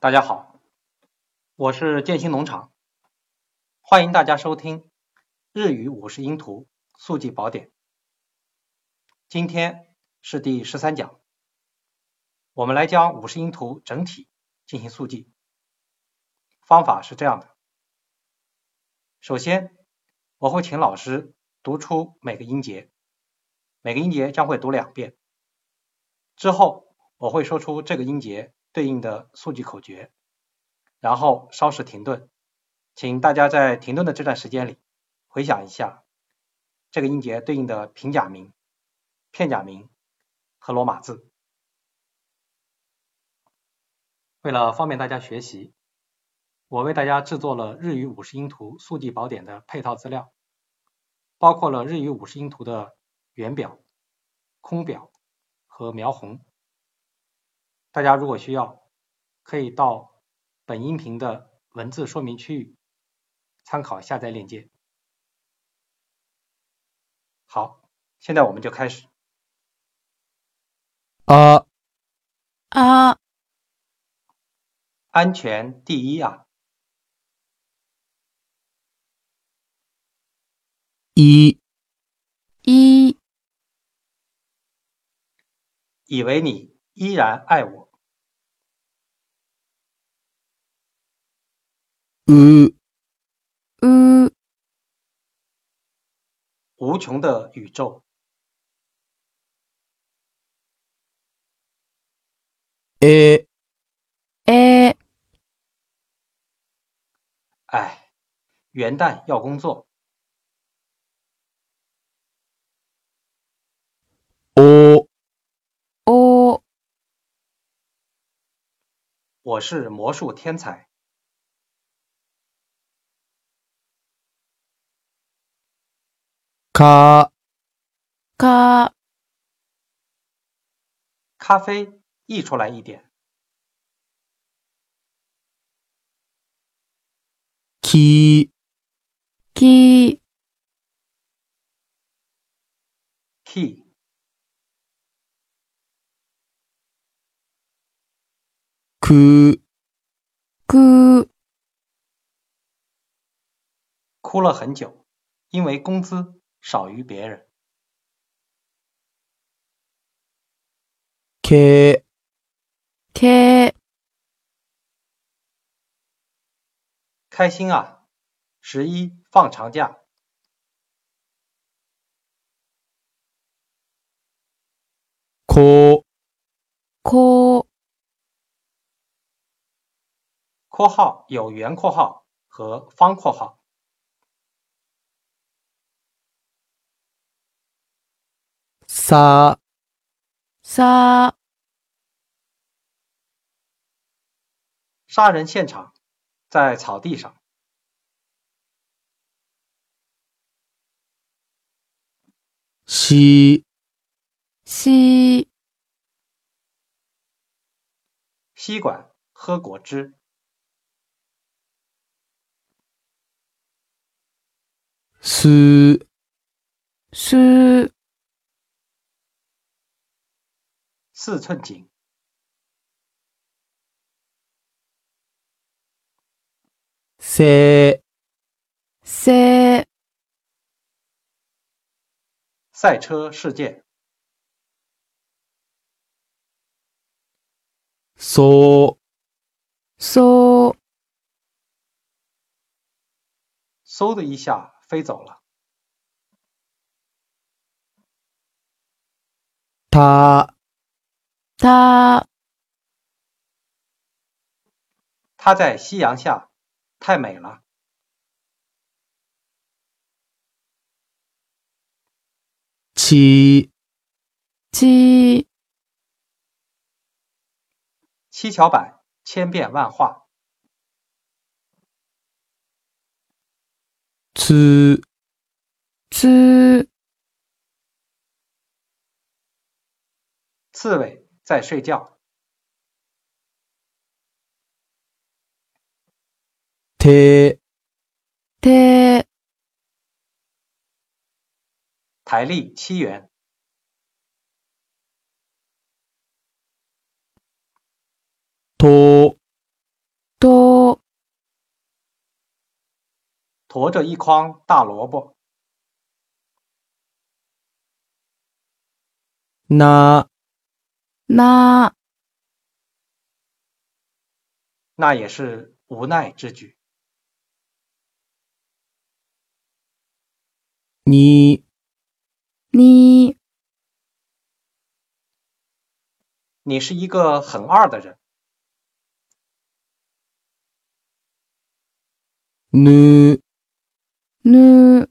大家好，我是建新农场，欢迎大家收听《日语五十音图速记宝典》。今天是第十三讲，我们来将五十音图整体进行速记。方法是这样的：首先，我会请老师读出每个音节，每个音节将会读两遍。之后，我会说出这个音节。对应的速记口诀，然后稍事停顿，请大家在停顿的这段时间里回想一下这个音节对应的平假名、片假名和罗马字。为了方便大家学习，我为大家制作了日语五十音图速记宝典的配套资料，包括了日语五十音图的原表、空表和描红。大家如果需要，可以到本音频的文字说明区域参考下载链接。好，现在我们就开始。啊啊，安全第一啊！一一以为你依然爱我，うう无穷的宇宙，ええ哎，元旦要工作，おお我是魔术天才，かか咖啡溢出来一点，きき key くく哭了很久，因为工资少于别人，けけ开心啊！十一放长假。こ（こ括号有圆括号和方括号ささ）杀人现场在草地上，しし吸管喝果汁，すす四寸井せせ赛车世界，そそ嗖的一下飞走了。たた它在夕阳下太美了。ちち七巧板千变万化，つつ刺猬在睡觉，てて台历七元，と驮着一筐大萝卜。な、な、那也是无奈之举。に、に、你是一个很二的人，ぬ、ぬ、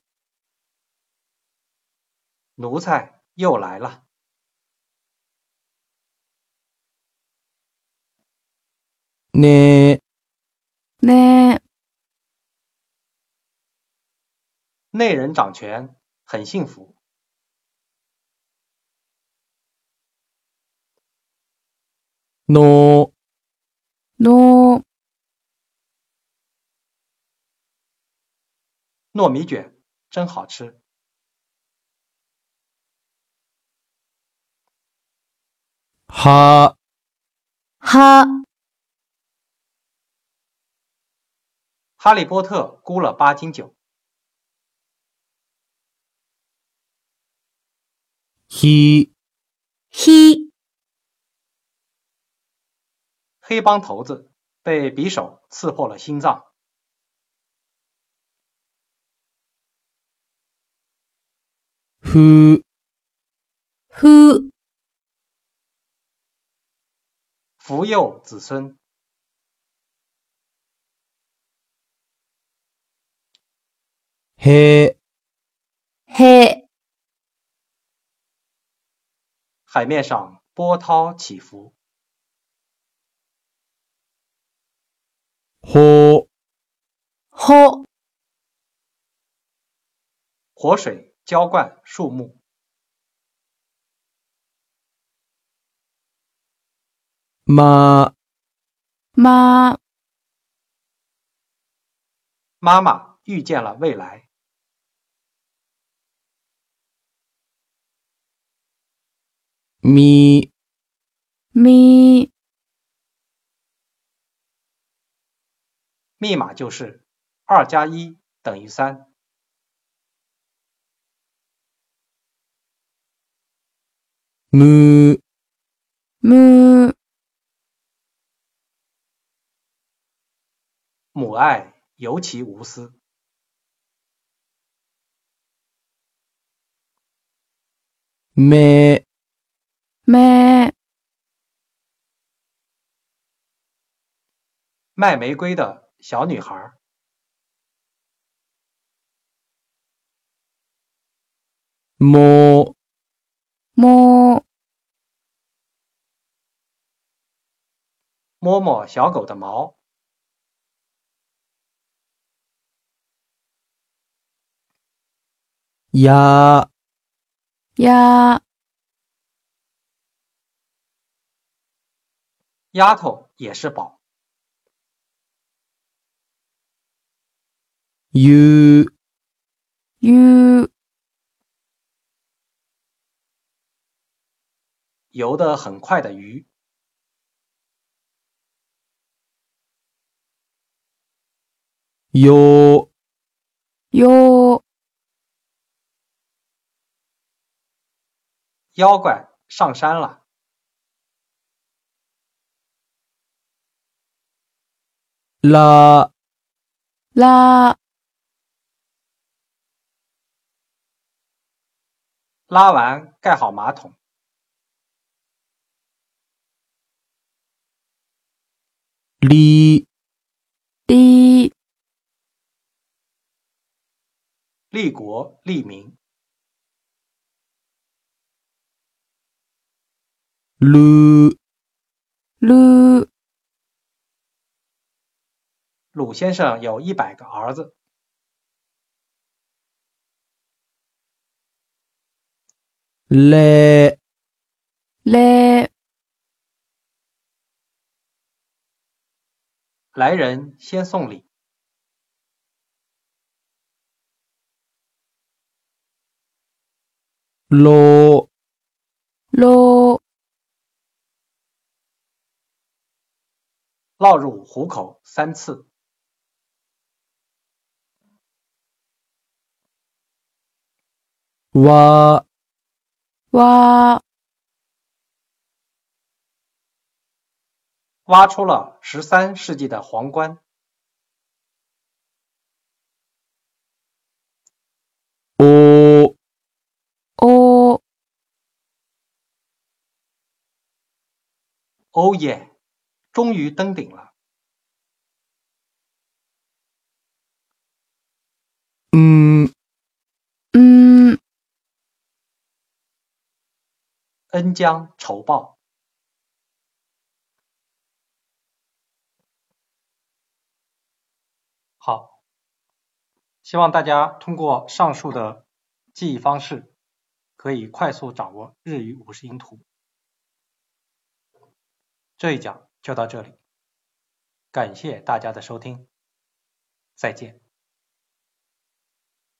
奴才又来了。ね、ね、内人掌权，很幸福。の、の、糯米卷真好吃。は、は、哈利波特估了八斤酒，ひ、ひ、黑帮头子被匕首刺破了心脏。ふ、ふ、福佑子孙，へ、へ、海面上波涛起伏。ほ、ほ、活水浇灌树木，ま、ま、妈妈遇见了未来。み、み、密码就是二加一等于三。む、む、母爱尤其无私。め、め、卖玫瑰的小女孩，も、も、摸摸小狗的毛，や、や、丫头也是宝。ゆ、ゆ、游得很快的鱼，よ、よ、妖怪上山了。ら、ら、拉完盖好马桶，り、り、利国利民。る、る、鲁先生有一百个儿子，れ、れ、来人先送礼。ろ、ろ、落入虎口三次，わ、わ、挖出了十三世纪的皇冠。お、お、哦耶，终于登顶了！ん、ん、恩将仇报，好，希望大家通过上述的记忆方式，可以快速掌握日语五十音图。这一讲就到这里，感谢大家的收听，再见。